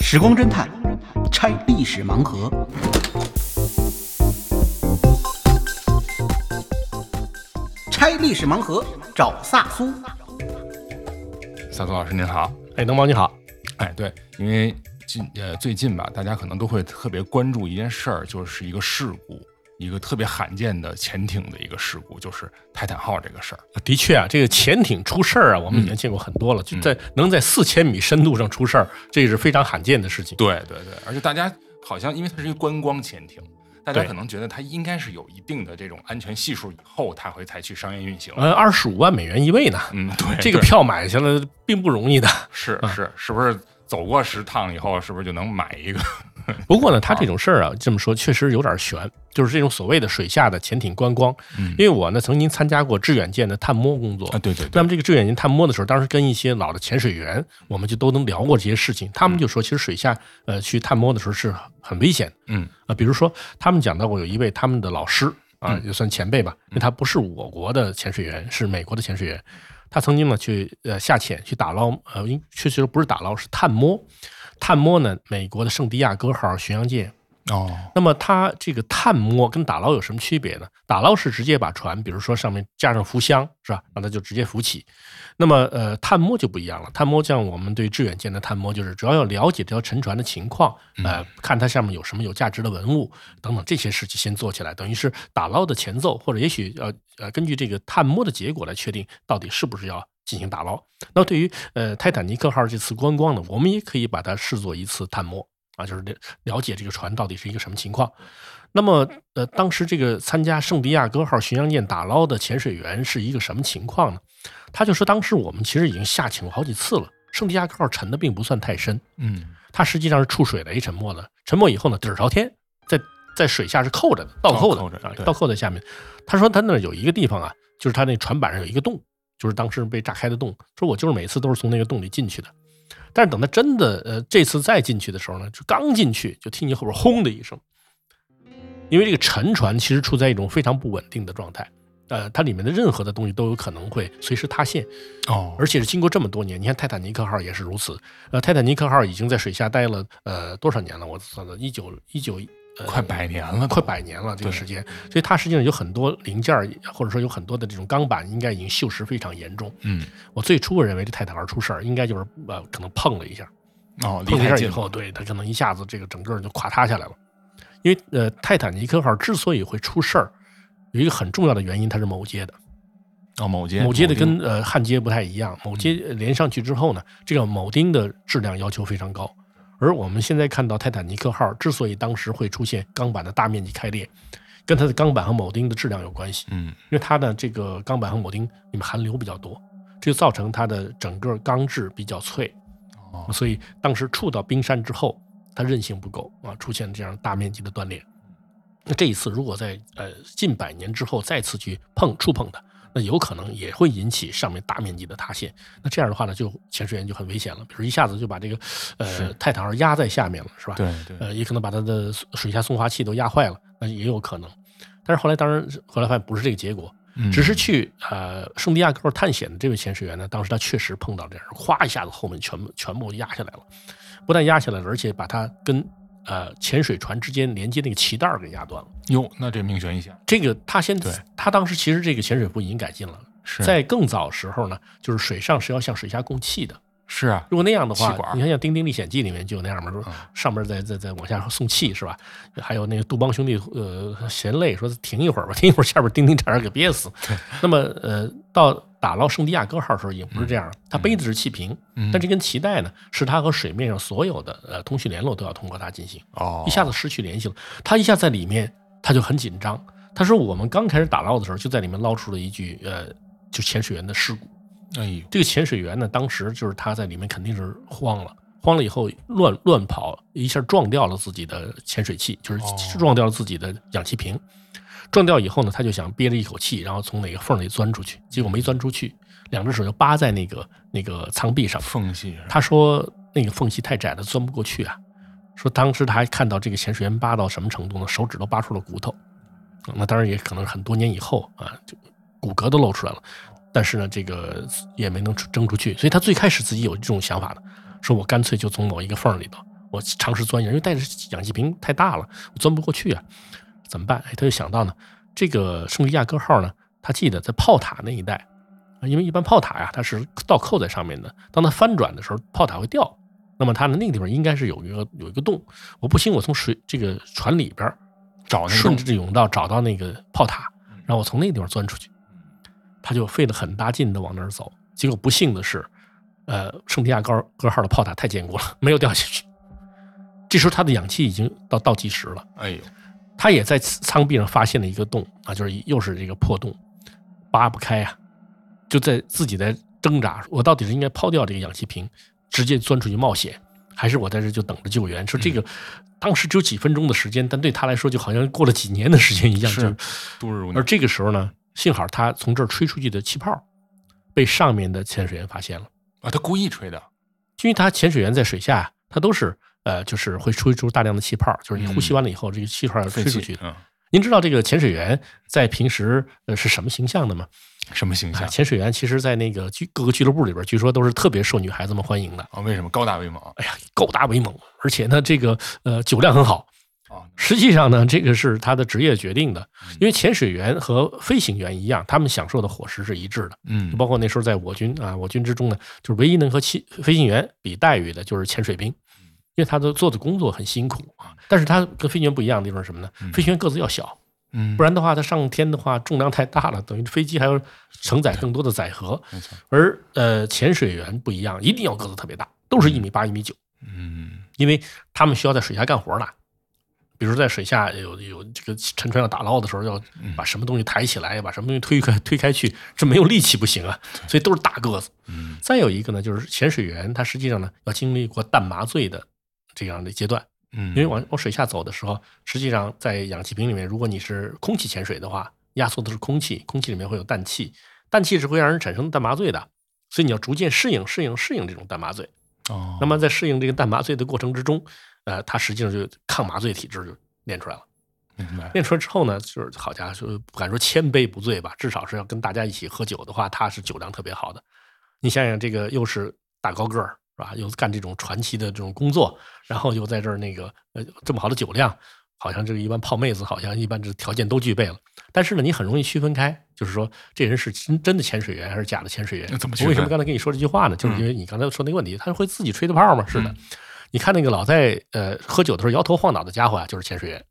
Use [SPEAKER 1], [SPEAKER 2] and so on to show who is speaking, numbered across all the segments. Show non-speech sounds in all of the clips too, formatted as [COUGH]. [SPEAKER 1] 时光侦探拆历史盲盒。拆历史盲盒，找萨苏。
[SPEAKER 2] 萨苏老师您好，
[SPEAKER 3] 哎，能帮你好，
[SPEAKER 2] 哎，对，因为近呃最近吧，大家可能都会特别关注一件事儿，就是一个事故，一个特别罕见的潜艇的一个事故，就是泰坦号这个事儿。
[SPEAKER 3] 的确啊，这个潜艇出事
[SPEAKER 2] 嗯
[SPEAKER 3] 儿啊，我们已经见过很多了，就在能在四千米深度上出事儿，这是非常罕见的事情。
[SPEAKER 2] 对对对，而且大家好像因为它是一个观光潜艇，大家
[SPEAKER 3] 对
[SPEAKER 2] 可能觉得它应该是有一定的这种安全系数以后，它会才去商业运行。
[SPEAKER 3] 呃，二十五万美元一位呢，
[SPEAKER 2] 嗯，对，
[SPEAKER 3] 这个
[SPEAKER 2] 对
[SPEAKER 3] 票买下来并不容
[SPEAKER 2] [LAUGHS]
[SPEAKER 3] 易的。
[SPEAKER 2] 是是是不是走过十趟以后，是不是就能买一个？
[SPEAKER 3] 不过呢，他这种事儿啊，这么说确实有点悬，就是这种所谓的水下的潜艇观光。
[SPEAKER 2] 嗯
[SPEAKER 3] 因为我呢曾经参加过致远舰的探摸工作，
[SPEAKER 2] 啊对对
[SPEAKER 3] 那么这个致远舰探摸的时候，当时跟一些老的潜水员，我们就都能聊过这些事情。他们就说，其实水下呃去探摸的时候是很危险的。
[SPEAKER 2] 嗯
[SPEAKER 3] 啊、比如说他们讲到过有一位他们的老师啊，
[SPEAKER 2] 嗯
[SPEAKER 3] 也算前辈吧，因为他不是我国的潜水员，是美国的潜水员。他曾经呢去呃下潜去打捞，呃，应确实不是打捞，是探摸。探摸呢，美国的圣地亚哥号巡洋舰。
[SPEAKER 2] 哦，
[SPEAKER 3] 那么它这个探摸跟打捞有什么区别呢？打捞是直接把船，比如说上面加上浮箱，是吧？让它就直接浮起。那么呃，探摸就不一样了。探摸像我们对致远舰的探摸，就是主要要了解这条沉船的情况，呃，看它上面有什么有价值的文物等等这些事情先做起来，等于是打捞的前奏，或者也许呃呃，根据这个探摸的结果来确定到底是不是要进行打捞。那对于呃泰坦尼克号这次观光呢，我们也可以把它视作一次探摸啊，就是了了解这个船到底是一个什么情况。那么，呃，当时这个参加圣地亚哥号巡洋舰打捞的潜水员是一个什么情况呢？他就说，当时我们其实已经下潜过好几次了，圣地亚哥号沉的并不算太深，
[SPEAKER 2] 嗯，
[SPEAKER 3] 它实际上是触水雷沉没的，沉没以后呢，底儿朝天，在在水下是扣着的，倒扣的，
[SPEAKER 2] 倒扣着
[SPEAKER 3] 啊
[SPEAKER 2] 对
[SPEAKER 3] 倒扣在下面。他说他那儿有一个地方啊，就是他那船板上有一个洞，就是当时被炸开的洞。说我就是每次都是从那个洞里进去的，但是等他真的呃这次再进去的时候呢，就刚进去就听见后边轰的一声，因为这个沉船其实处在一种非常不稳定的状态。呃，它里面的任何的东西都有可能会随时塌陷，
[SPEAKER 2] 哦，
[SPEAKER 3] 而且是经过这么多年，你看泰坦尼克号也是如此。呃，泰坦尼克号已经在水下待了呃多少年了？我算算，一九一九嗯
[SPEAKER 2] 快百年了，
[SPEAKER 3] 快百年了这个
[SPEAKER 2] 对
[SPEAKER 3] 时间，所以它实际上有很多零件儿，或者说有很多的这种钢板，应该已经锈蚀非常严重。
[SPEAKER 2] 嗯，
[SPEAKER 3] 我最初认为这泰坦号出事儿，应该就是呃可能碰了一下，
[SPEAKER 2] 哦，离
[SPEAKER 3] 碰了
[SPEAKER 2] 太
[SPEAKER 3] 一下以
[SPEAKER 2] 近了
[SPEAKER 3] 后，对它可能一下子这个整个就垮塌下来了。因为呃，泰坦尼克号之所以会出事儿，有一个很重要的原因，它是某接的。
[SPEAKER 2] 哦，某街
[SPEAKER 3] 铆接的
[SPEAKER 2] 丁嗯
[SPEAKER 3] 跟呃焊接不太一样，铆接呃连上去之后呢，这个铆钉的质量要求非常高。而我们现在看到泰坦尼克号之所以当时会出现钢板的大面积开裂，跟它的钢板和铆钉的质量有关系，
[SPEAKER 2] 嗯
[SPEAKER 3] 因为它的这个钢板和铆钉里面含硫比较多，这就造成它的整个钢质比较脆，
[SPEAKER 2] 哦
[SPEAKER 3] 啊所以当时触到冰山之后，它韧性不够啊，出现这样大面积的断裂。那这一次如果在呃近百年之后再次去碰触碰它，那有可能也会引起上面大面积的塌陷。那这样的话呢，就潜水员就很危险了，比如一下子就把这个呃
[SPEAKER 2] 是
[SPEAKER 3] 泰坦号压在下面了，是吧？
[SPEAKER 2] 对对
[SPEAKER 3] 呃，也可能把它的水下送滑器都压坏了，那也有可能。但是后来，当然后来发现不是这个结果，
[SPEAKER 2] 嗯
[SPEAKER 3] 只是去呃圣地亚哥号探险的这位潜水员呢，当时他确实碰到这样，咵一下子后面全部全部压下来了，不但压下来了，而且把它跟呃潜水船之间连接那个脐带儿给压断了。
[SPEAKER 2] 哟，那这命悬一线
[SPEAKER 3] 这个他先
[SPEAKER 2] 对
[SPEAKER 3] 他当时其实这个潜水服已经改进了，
[SPEAKER 2] 是
[SPEAKER 3] 在更早时候呢，就是水上是要向水下供气的。
[SPEAKER 2] 是啊，
[SPEAKER 3] 如果那样的话
[SPEAKER 2] 气管，嗯儿
[SPEAKER 3] 你看像《丁丁历险记》里面就有那样嘛，说上面在在在往下送气是吧？还有那个杜邦兄弟呃嫌累说停一会儿吧，停 [LAUGHS] 一会儿下边丁丁差点给憋死。那么呃，到打捞圣地亚哥号的时候也不是这样，
[SPEAKER 2] 嗯
[SPEAKER 3] 他背的是气瓶，但这根脐带呢，是他和水面上所有的呃通讯联络都要通过它进行。
[SPEAKER 2] 哦
[SPEAKER 3] 一下子失去联系了。他一下在里面，他就很紧张。他说我们刚开始打捞的时候，就在里面捞出了一具呃，就潜水员的尸骨。
[SPEAKER 2] 哎呦，
[SPEAKER 3] 这个潜水员呢，当时就是他在里面肯定是慌了，慌了以后乱乱跑，一下撞掉了自己的潜水器，就是
[SPEAKER 2] 哦
[SPEAKER 3] 撞掉了自己的氧气瓶。撞掉以后呢，他就想憋着一口气，然后从哪个缝里钻出去，结果没钻出去，两只手就扒在那个那个舱壁上。
[SPEAKER 2] 缝隙是吧
[SPEAKER 3] 他说那个缝隙太窄了，钻不过去啊。说当时他还看到这个潜水员扒到什么程度呢？手指都扒出了骨头。啊那当然也可能很多年以后啊，就骨骼都露出来了，但是呢，这个也没能出蒸出去。所以他最开始自己有这种想法的，说我干脆就从某一个缝儿里头，我尝试钻一下，因为带着氧气瓶太大了，我钻不过去啊，怎么办？哎，他就想到呢，这个圣地亚哥号呢，他记得在炮塔那一带，啊因为一般炮塔呀、它是倒扣在上面的，当它翻转的时候，炮塔会掉。那么它的那个地方应该是有一个有一个洞，我不行，我从水这个船里边儿
[SPEAKER 2] 找那
[SPEAKER 3] 顺
[SPEAKER 2] 种
[SPEAKER 3] 着这甬道找到那个炮塔，然后我从那个地方钻出去。他就费了很大劲的往那儿走，结果不幸的是，呃，圣地亚哥哥号的炮塔太坚固了，没有掉下去。这时候他的氧气已经到倒计时了，
[SPEAKER 2] 哎呦，
[SPEAKER 3] 他也在舱壁上发现了一个洞啊，就是一又是这个破洞，扒不开啊，就在自己在挣扎，我到底是应该抛掉这个氧气瓶，直接钻出去冒险，还是我在这就等着救援？说这个、当时只有几分钟的时间，但对他来说就好像过了几年的时间一样，就是
[SPEAKER 2] 度日如
[SPEAKER 3] 而
[SPEAKER 2] 年。
[SPEAKER 3] 这个时候呢，幸好他从这儿吹出去的气泡被上面的潜水员发现了，
[SPEAKER 2] 啊，他故意吹的，
[SPEAKER 3] 因为他潜水员在水下，他都是呃，就是会吹出大量的气泡，就是你呼吸完了以后，这个气泡要吹
[SPEAKER 2] 废
[SPEAKER 3] 出
[SPEAKER 2] 气
[SPEAKER 3] 去的。
[SPEAKER 2] 嗯，
[SPEAKER 3] 您知道这个潜水员在平时呃是什么形象的吗？
[SPEAKER 2] 什么形
[SPEAKER 3] 啊，
[SPEAKER 2] 象？
[SPEAKER 3] 潜水员其实，在那个俱各个俱乐部里边，据说都是特别受女孩子们欢迎的。
[SPEAKER 2] 啊，为什么高大威猛
[SPEAKER 3] 哎呀，高大威猛，而且呢，这个呃酒量很好，
[SPEAKER 2] 啊？
[SPEAKER 3] 实际上呢，这个是他的职业决定的，
[SPEAKER 2] 嗯
[SPEAKER 3] 因为潜水员和飞行员一样，他们享受的伙食是一致的。
[SPEAKER 2] 嗯
[SPEAKER 3] 就，包括那时候在我军啊，我军之中呢，就是唯一能和其飞行员比待遇的，就是潜水兵，
[SPEAKER 2] 嗯
[SPEAKER 3] 因为他的做的工作很辛苦啊。但是他跟飞行员不一样的地方是什么呢？飞行员个子要小，
[SPEAKER 2] 嗯
[SPEAKER 3] 不然的话，他上天的话重量太大了，等于飞机还要承载更多的载荷。
[SPEAKER 2] 没错，
[SPEAKER 3] 而呃，潜水员不一样，一定要个子特别大，都是一米八、一米九，
[SPEAKER 2] 嗯，
[SPEAKER 3] 因为他们需要在水下干活的。比如在水下有有这个沉船要打捞的时候，要把什么东西抬起来，把什么东西推开推开去，这没有力气不行啊，所以都是大个子。
[SPEAKER 2] 嗯
[SPEAKER 3] 再有一个呢，就是潜水员他实际上呢要经历过淡麻醉的这样的阶段，
[SPEAKER 2] 嗯，
[SPEAKER 3] 因为往往水下走的时候，实际上在氧气瓶里面，如果你是空气潜水的话，压缩的是空气，空气里面会有氮气，氮气是会让人产生淡麻醉的，所以你要逐渐适应、适应、适应这种淡麻醉。
[SPEAKER 2] 哦，
[SPEAKER 3] 那么在适应这个淡麻醉的过程之中，呃，他实际上就抗麻醉体质就练出来了。
[SPEAKER 2] 明白，
[SPEAKER 3] 练出来之后呢，就是好家伙，就是不敢说千杯不醉吧，至少是要跟大家一起喝酒的话，他是酒量特别好的。你想想，这个又是大高个儿是吧？又干这种传奇的这种工作，然后又在这儿那个呃这么好的酒量，好像这个一般泡妹子好像一般这条件都具备了。但是呢，你很容易区分开，就是说这人是真真的潜水员还是假的潜水员
[SPEAKER 2] 那？怎么区
[SPEAKER 3] 我为什么
[SPEAKER 2] 分嗯
[SPEAKER 3] 刚才跟你说这句话呢？就是因为你刚才说那个问题，他会自己吹的泡吗？是的。你看那个老在呃喝酒的时候摇头晃脑的家伙啊，就是潜水员。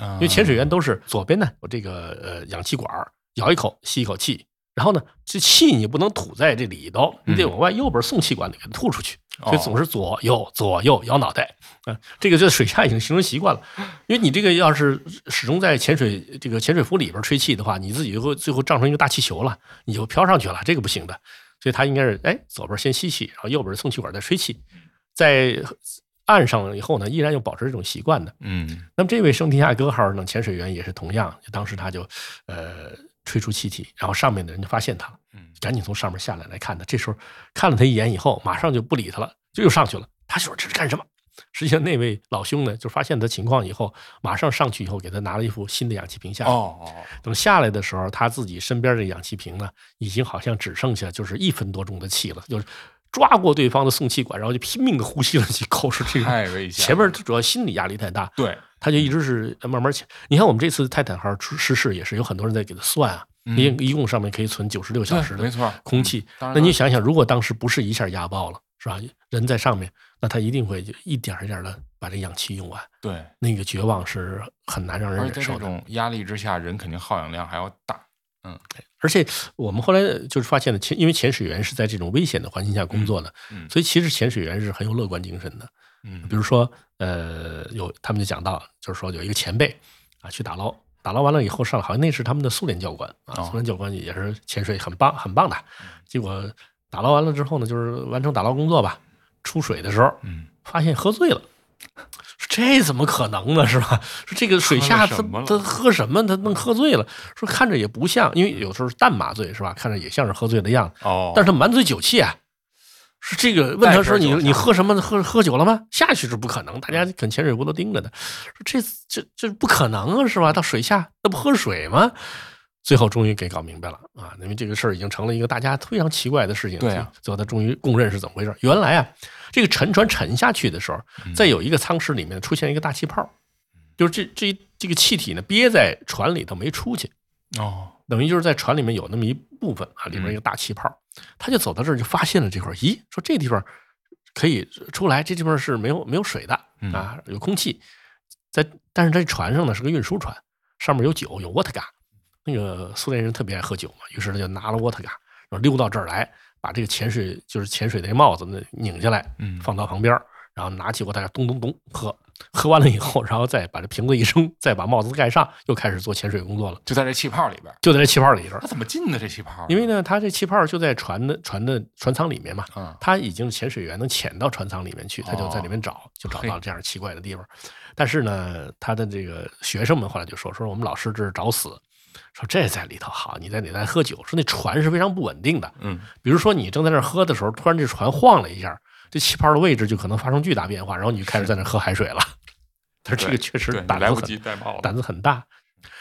[SPEAKER 2] 啊
[SPEAKER 3] 因为潜水员都是左边呢有这个呃氧气管儿，咬一口吸一口气，然后呢这气你不能吐在这里头，你得往外右边送气管里给它吐出去，所以总是左右左右摇脑袋。啊、这个就是水下已经形成习惯了，因为你这个要是始终在潜水这个潜水服里边吹气的话，你自己就会最后胀成一个大气球了，你就飘上去了，这个不行的。所以他应该是哎左边先吸气，然后右边送气管再吹气，在岸上以后呢，依然要保持这种习惯的。
[SPEAKER 2] 嗯
[SPEAKER 3] 那么这位圣地亚哥号呢，潜水员也是同样，当时他就呃吹出气体，然后上面的人就发现他了，
[SPEAKER 2] 嗯
[SPEAKER 3] 赶紧从上面下来来看他。这时候看了他一眼以后，马上就不理他了，就又上去了。他就说这是干什么？实际上那位老兄呢，就发现他情况以后，马上上去以后给他拿了一副新的氧气瓶下来。
[SPEAKER 2] 哦哦
[SPEAKER 3] 等下来的时候，他自己身边的氧气瓶呢，已经好像只剩下就是一分多钟的气了，就是抓过对方的送气管，然后就拼命的呼吸了几口是这个。
[SPEAKER 2] 太危险了
[SPEAKER 3] 前面主要心理压力太大，
[SPEAKER 2] 对，
[SPEAKER 3] 他就一直是慢慢潜。你看我们这次泰坦号出失事也是有很多人在给他算啊，一、一共上面可以存九十六小时
[SPEAKER 2] 嗯对没
[SPEAKER 3] 的
[SPEAKER 2] 错，嗯
[SPEAKER 3] 空气。
[SPEAKER 2] 当然了
[SPEAKER 3] 那你想想，如果当时不是一下压爆了，是吧？人在上面，那他一定会就一点儿一点的把这氧气用完，
[SPEAKER 2] 对，
[SPEAKER 3] 那个绝望是很难让人
[SPEAKER 2] 而且
[SPEAKER 3] 忍
[SPEAKER 2] 在这
[SPEAKER 3] 受的。
[SPEAKER 2] 种压力之下，人肯定耗氧量还要大。
[SPEAKER 3] 而且我们后来就是发现了潜，因为潜水员是在这种危险的环境下工作的，
[SPEAKER 2] 嗯
[SPEAKER 3] 所以其实潜水员是很有乐观精神的。
[SPEAKER 2] 嗯
[SPEAKER 3] 比如说，呃，有他们就讲到，就是说有一个前辈啊去打捞，打捞完了以后上，好像那是他们的苏联教官啊，
[SPEAKER 2] 哦嗯
[SPEAKER 3] 苏联教官也是潜水很棒很棒的。结果打捞完了之后呢，就是完成打捞工作吧，出水的时候
[SPEAKER 2] 嗯，
[SPEAKER 3] 发现喝醉了。说这怎么可能呢？是吧？说这个水下
[SPEAKER 2] 喝了
[SPEAKER 3] 他
[SPEAKER 2] 什么了
[SPEAKER 3] 他喝什么？他弄喝醉了。说看着也不像，因为有时候是淡麻醉是吧？看着也像是喝醉的样子。
[SPEAKER 2] 哦，
[SPEAKER 3] 但是他满嘴酒气啊。是这个问他说
[SPEAKER 2] 带
[SPEAKER 3] 你
[SPEAKER 2] 瓶酒啊
[SPEAKER 3] 你喝什么喝喝酒了吗？下去是不可能，大家跟潜水锅都盯着呢。说这这这不可能啊，是吧？到水下那不喝水吗？最后终于给搞明白了啊，因为这个事儿已经成了一个大家非常奇怪的事情。
[SPEAKER 2] 对啊
[SPEAKER 3] 最后他终于共认是怎么回事儿。原来啊，这个沉船沉下去的时
[SPEAKER 2] 嗯
[SPEAKER 3] 候，在有一个舱室里面出现一个大气泡，就是这这一这个气体呢憋在船里头没出去，
[SPEAKER 2] 哦，
[SPEAKER 3] 等于就是在船里面有那么一部分啊，里
[SPEAKER 2] 嗯
[SPEAKER 3] 面一个大气泡，他就走到这儿就发现了这块儿，咦，说这地方可以出来，这地方是没有没有水的
[SPEAKER 2] 嗯
[SPEAKER 3] 啊，有空气，在但是在船上呢是个运输船，上面有酒有 vodka，那个苏联人特别爱喝酒嘛，于是他就拿了 vodka，然后溜到这儿来，把这个潜水就是潜水那帽子呢拧下来，
[SPEAKER 2] 嗯，
[SPEAKER 3] 放到旁边儿，然后拿起过大家咚咚咚喝，喝完了以后，然后再把这瓶子一扔，再把帽子盖上，又开始做潜水工作了，
[SPEAKER 2] 就在这气泡里边儿，
[SPEAKER 3] 就在这气泡里边儿
[SPEAKER 2] 他。怎么进的这气泡？
[SPEAKER 3] 因为呢，它这气泡就在船的船的船舱里面嘛，
[SPEAKER 2] 啊，哦
[SPEAKER 3] 它已经潜水员能潜到船舱里面去，他就在里面找，就找到了这样奇怪的地方。但是呢，他的这个学生们后来就说说我们老师这是找死，说这在里头好，你在里头还喝酒，说那船是非常不稳定的，
[SPEAKER 2] 嗯，
[SPEAKER 3] 比如说你正在那儿喝的时候，突然这船晃了一下，这气泡的位置就可能发生巨大变化，然后你就开始在那儿喝海水了。 [LAUGHS] 但是这个确实
[SPEAKER 2] 对，你
[SPEAKER 3] 胆子
[SPEAKER 2] 来
[SPEAKER 3] 很
[SPEAKER 2] 不及戴帽
[SPEAKER 3] 胆
[SPEAKER 2] 子，
[SPEAKER 3] 子很大。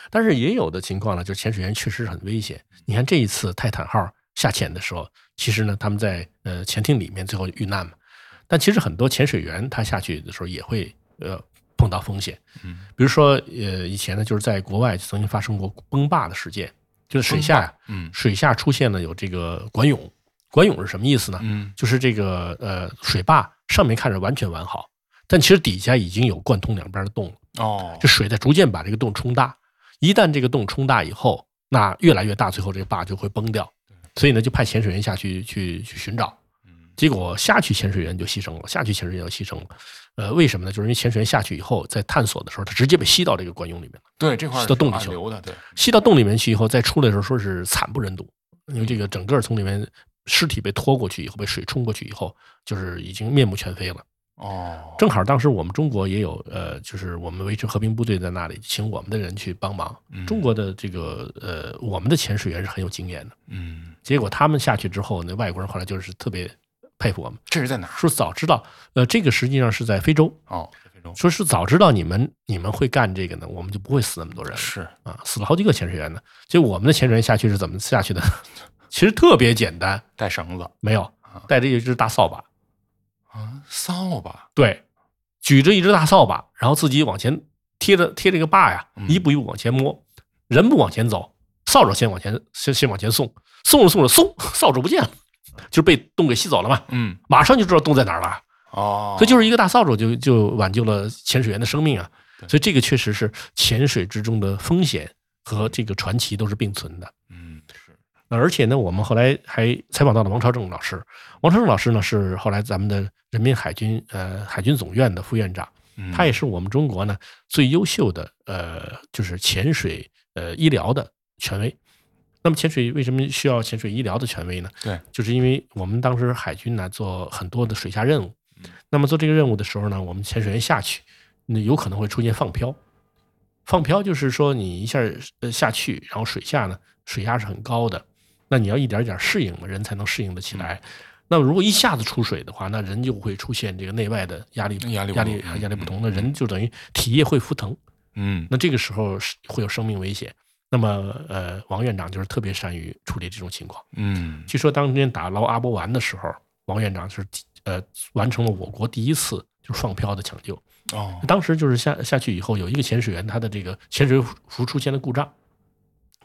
[SPEAKER 3] 但是也有的情况呢，就是潜水员确实很危险。你看这一次泰坦号下潜的时候，其实呢他们在呃潜艇里面最后遇难嘛。但其实很多潜水员他下去的时候也会呃碰到风险，
[SPEAKER 2] 嗯，
[SPEAKER 3] 比如说呃以前呢就是在国外曾经发生过崩坝的事件，就是水下呀
[SPEAKER 2] 嗯
[SPEAKER 3] 水下出现了有这个管涌，管涌是什么意思呢？
[SPEAKER 2] 嗯，
[SPEAKER 3] 就是这个呃水坝上面看着完全完好，但其实底下已经有贯通两边的洞了。
[SPEAKER 2] 哦，
[SPEAKER 3] 这水在逐渐把这个洞冲大。一旦这个洞冲大以后，那越来越大，最后这个坝就会崩掉。所以呢，就派潜水员下去去去寻找。
[SPEAKER 2] 嗯
[SPEAKER 3] 结果下去潜水员就牺牲了，下去潜水员就牺牲了。呃，为什么呢？就是因为潜水员下去以后，在探索的时候，他直接被吸到这个管涌里面了。
[SPEAKER 2] 对，这块儿
[SPEAKER 3] 是到洞里
[SPEAKER 2] 暗
[SPEAKER 3] 去了
[SPEAKER 2] 流的，对，
[SPEAKER 3] 吸到洞里面去以后，再出来的时候，说是惨不忍睹，因为这个整个从里面尸体被拖过去以后，被水冲过去以后，就是已经面目全非了。
[SPEAKER 2] 哦，
[SPEAKER 3] 正好当时我们中国也有呃，就是我们维持和平部队在那里，请我们的人去帮忙。
[SPEAKER 2] 嗯
[SPEAKER 3] 中国的这个呃，我们的潜水员是很有经验的。
[SPEAKER 2] 嗯，
[SPEAKER 3] 结果他们下去之后，那外国人后来就是特别佩服我们，
[SPEAKER 2] 这是在哪儿？
[SPEAKER 3] 说早知道，呃，这个实际上是在非洲，
[SPEAKER 2] 哦，在非洲
[SPEAKER 3] 说是早知道你们你们会干这个呢，我们就不会死那么多人了
[SPEAKER 2] 是，
[SPEAKER 3] 啊，死了好几个潜水员呢。结果我们的潜水员下去是怎么下去的？ [LAUGHS] 其实特别简单，
[SPEAKER 2] 带绳子
[SPEAKER 3] 没有
[SPEAKER 2] 啊
[SPEAKER 3] 带着一只大扫把，
[SPEAKER 2] 啊，扫把，
[SPEAKER 3] 对，举着一只大扫把，然后自己往前贴着贴着一个把呀，
[SPEAKER 2] 嗯
[SPEAKER 3] 一步一步往前摸，人不往前走，扫帚先往前先先往前送，送着送着，嗖，扫帚不见了，就是被洞给吸走了嘛，
[SPEAKER 2] 嗯，
[SPEAKER 3] 马上就知道洞在哪儿了。
[SPEAKER 2] 哦，
[SPEAKER 3] 所以就是一个大扫帚就就挽救了潜水员的生命啊
[SPEAKER 2] 对。
[SPEAKER 3] 所以这个确实是潜水之中的风险和这个传奇都是并存的。
[SPEAKER 2] 嗯是，
[SPEAKER 3] 那而且呢，我们后来还采访到了王朝正老师。王朝正老师呢是后来咱们的人民海军呃海军总院的副院长，
[SPEAKER 2] 嗯
[SPEAKER 3] 他也是我们中国呢最优秀的呃就是潜水呃医疗的权威。那么潜水为什么需要潜水医疗的权威呢？
[SPEAKER 2] 对，
[SPEAKER 3] 就是因为我们当时海军呢做很多的水下任务
[SPEAKER 2] 嗯，
[SPEAKER 3] 那么做这个任务的时候呢，我们潜水员下去，那有可能会出现放漂。放漂就是说你一下呃下去，然后水下呢水压是很高的，那你要一点一点适应嘛，人才能适应得起
[SPEAKER 2] 嗯
[SPEAKER 3] 来。那如果一下子出水的话，那人就会出现这个内外的压力
[SPEAKER 2] 压力不
[SPEAKER 3] 压力
[SPEAKER 2] 同嗯
[SPEAKER 3] 压力不同，那人就等于体液会浮腾，
[SPEAKER 2] 嗯
[SPEAKER 3] 那这个时候是会有生命危险。那么呃，王院长就是特别善于处理这种情况。
[SPEAKER 2] 嗯
[SPEAKER 3] 据说当年打捞阿波湾的时候，王院长是呃完成了我国第一次就是放漂的抢救。
[SPEAKER 2] 哦
[SPEAKER 3] 当时就是下下去以后，有一个潜水员他的这个潜水服出现了故障，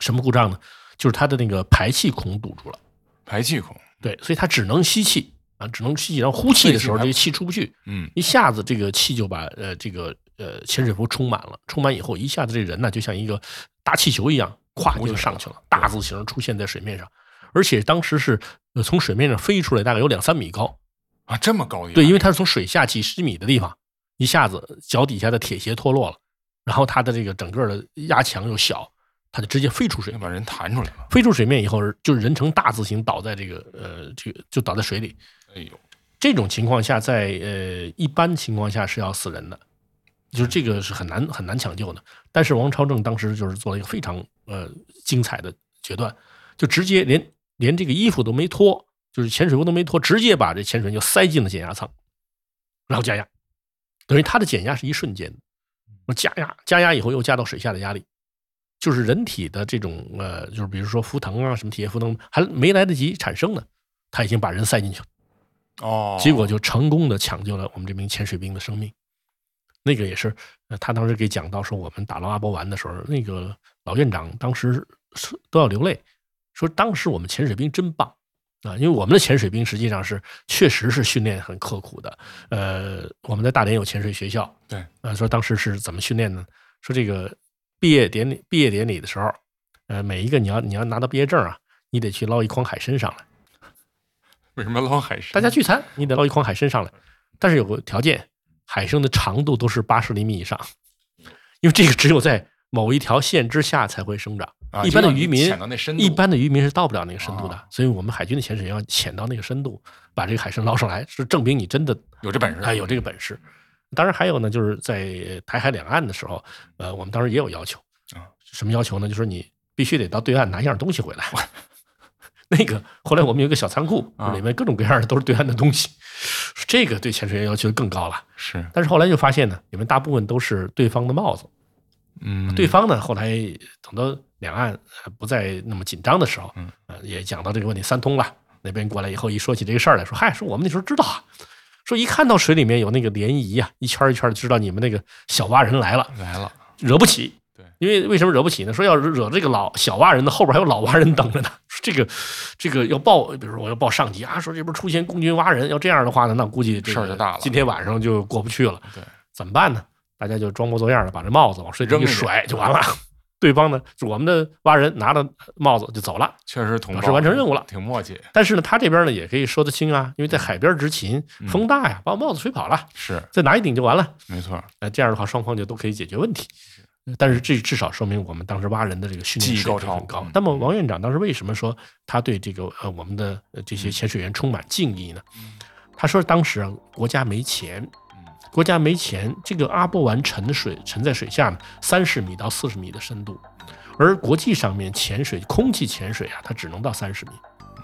[SPEAKER 3] 什么故障呢？就是他的那个排气孔堵住了，
[SPEAKER 2] 排气孔，
[SPEAKER 3] 对，所以他只能吸气啊，只能吸气，然后呼气的时候
[SPEAKER 2] 对
[SPEAKER 3] 这个气出不去，
[SPEAKER 2] 嗯
[SPEAKER 3] 一下子这个气就把呃这个呃潜水服充满了，充满以后一下子这人呢就像一个大气球一样，咵
[SPEAKER 2] 浮起
[SPEAKER 3] 就
[SPEAKER 2] 来
[SPEAKER 3] 上去了，大字形出现在水面上，而且当时是呃从水面上飞出来大概有两三米高，
[SPEAKER 2] 啊这么高一个
[SPEAKER 3] 对，因为它是从水下几十米的地方，一下子脚底下的铁鞋脱落了，然后它的这个整个的压强又小，它就直接飞出水
[SPEAKER 2] 要把人弹出来了，
[SPEAKER 3] 飞出水面以后，就是人呈大字形倒在这个呃这个就倒在水里。
[SPEAKER 2] 哎呦，
[SPEAKER 3] 这种情况下，在呃一般情况下是要死人的，就是这个是很难很难抢救的。但是王朝正当时就是做了一个非常呃精彩的决断，就直接连连这个衣服都没脱，就是潜水服都没脱，直接把这潜水员就塞进了减压舱，然后加压，等于他的减压是一瞬间的，加压加压以后又加到水下的压力，就是人体的这种呃，就是比如说浮腾啊，什么体液浮腾，还没来得及产生呢，他已经把人塞进去了，
[SPEAKER 2] 哦，
[SPEAKER 3] 结果就成功的抢救了我们这名潜水兵的生命。那个也是，呃，他当时给讲到说，我们打捞阿波丸的时候，那个老院长当时是都要流泪，说当时我们潜水兵真棒啊，因为我们的潜水兵实际上是确实是训练很刻苦的。呃，我们在大连有潜水学校，
[SPEAKER 2] 对，
[SPEAKER 3] 呃，说当时是怎么训练呢？说这个毕业典礼毕业典礼的时候，呃，每一个你要你要拿到毕业证啊，你得去捞一筐海参上来。
[SPEAKER 2] 为什么要捞海参？
[SPEAKER 3] 大家聚餐，你得捞一筐海参上来，但是有个条件，海参的长度都是八十厘米以上，因为这个只有在某一条线之下才会生长。
[SPEAKER 2] 啊
[SPEAKER 3] 一般
[SPEAKER 2] 就
[SPEAKER 3] 的
[SPEAKER 2] 让你
[SPEAKER 3] 渔民
[SPEAKER 2] 潜到那深度，
[SPEAKER 3] 一般的渔民是到不了那个深度的
[SPEAKER 2] 啊，
[SPEAKER 3] 所以我们海军的潜水员要潜到那个深度，把这个海参捞上来，是证明你真的
[SPEAKER 2] 有这本事，
[SPEAKER 3] 哎有这个本事。当然还有呢，就是在台海两岸的时候，呃，我们当时也有要求
[SPEAKER 2] 啊，
[SPEAKER 3] 什么要求呢？就是你必须得到对岸拿一样东西回来。 [LAUGHS] 那个后来我们有一个小仓库
[SPEAKER 2] 啊，
[SPEAKER 3] 里面各种各样的都是对岸的东西，这个对潜水员要求更高了。
[SPEAKER 2] 是，
[SPEAKER 3] 但是后来就发现呢，里面大部分都是对方的帽子。
[SPEAKER 2] 嗯，
[SPEAKER 3] 啊对方呢，后来等到两岸呃不再那么紧张的时候
[SPEAKER 2] 嗯，
[SPEAKER 3] 呃，也讲到这个问题，三通了。那边过来以后，一说起这个事儿来说，嗨，说我们那时候知道啊，说一看到水里面有那个涟漪啊，一圈一圈的，知道你们那个小蛙人来了，
[SPEAKER 2] 来了，
[SPEAKER 3] 惹不起。
[SPEAKER 2] 对
[SPEAKER 3] 因为为什么惹不起呢？说要惹这个老小蛙人呢，后边还有老蛙人等着呢。说这个这个要报，比如说我要报上级啊，说这边出现共军蛙人，要这样的话呢，那估计这个
[SPEAKER 2] 事儿就大了
[SPEAKER 3] 今天晚上就过不去了。
[SPEAKER 2] 对，
[SPEAKER 3] 怎么办呢？大家就装模作样的把这帽子往水里
[SPEAKER 2] 扔
[SPEAKER 3] 一
[SPEAKER 2] 进去
[SPEAKER 3] 甩就完了。 [LAUGHS] 对方呢，就我们的蛙人拿着帽子就走了。
[SPEAKER 2] 确实同
[SPEAKER 3] 表
[SPEAKER 2] 胞
[SPEAKER 3] 示完成任务了
[SPEAKER 2] 挺默契，
[SPEAKER 3] 但是呢，他这边呢也可以说得清啊，因为在海边执勤，
[SPEAKER 2] 嗯
[SPEAKER 3] 风大呀，把我帽子吹跑了，
[SPEAKER 2] 是
[SPEAKER 3] 再拿一顶就完了。
[SPEAKER 2] 没错，
[SPEAKER 3] 那这样的话，双方就都可以解决问题。呃但是这至少说明我们当时挖人的这个训练
[SPEAKER 2] 技艺
[SPEAKER 3] 水
[SPEAKER 2] 高
[SPEAKER 3] 平很
[SPEAKER 2] 超
[SPEAKER 3] 高
[SPEAKER 2] 嗯。
[SPEAKER 3] 那么王院长当时为什么说他对这个呃我们的呃
[SPEAKER 2] 嗯
[SPEAKER 3] 这些潜水员充满敬意呢？他说当时啊国家没钱，
[SPEAKER 2] 嗯，
[SPEAKER 3] 国家没钱，这个阿波丸沉的水沉在水下呢三十米到四十米的深度，
[SPEAKER 2] 嗯
[SPEAKER 3] 而国际上面潜水空气潜水啊，它只能到三十米。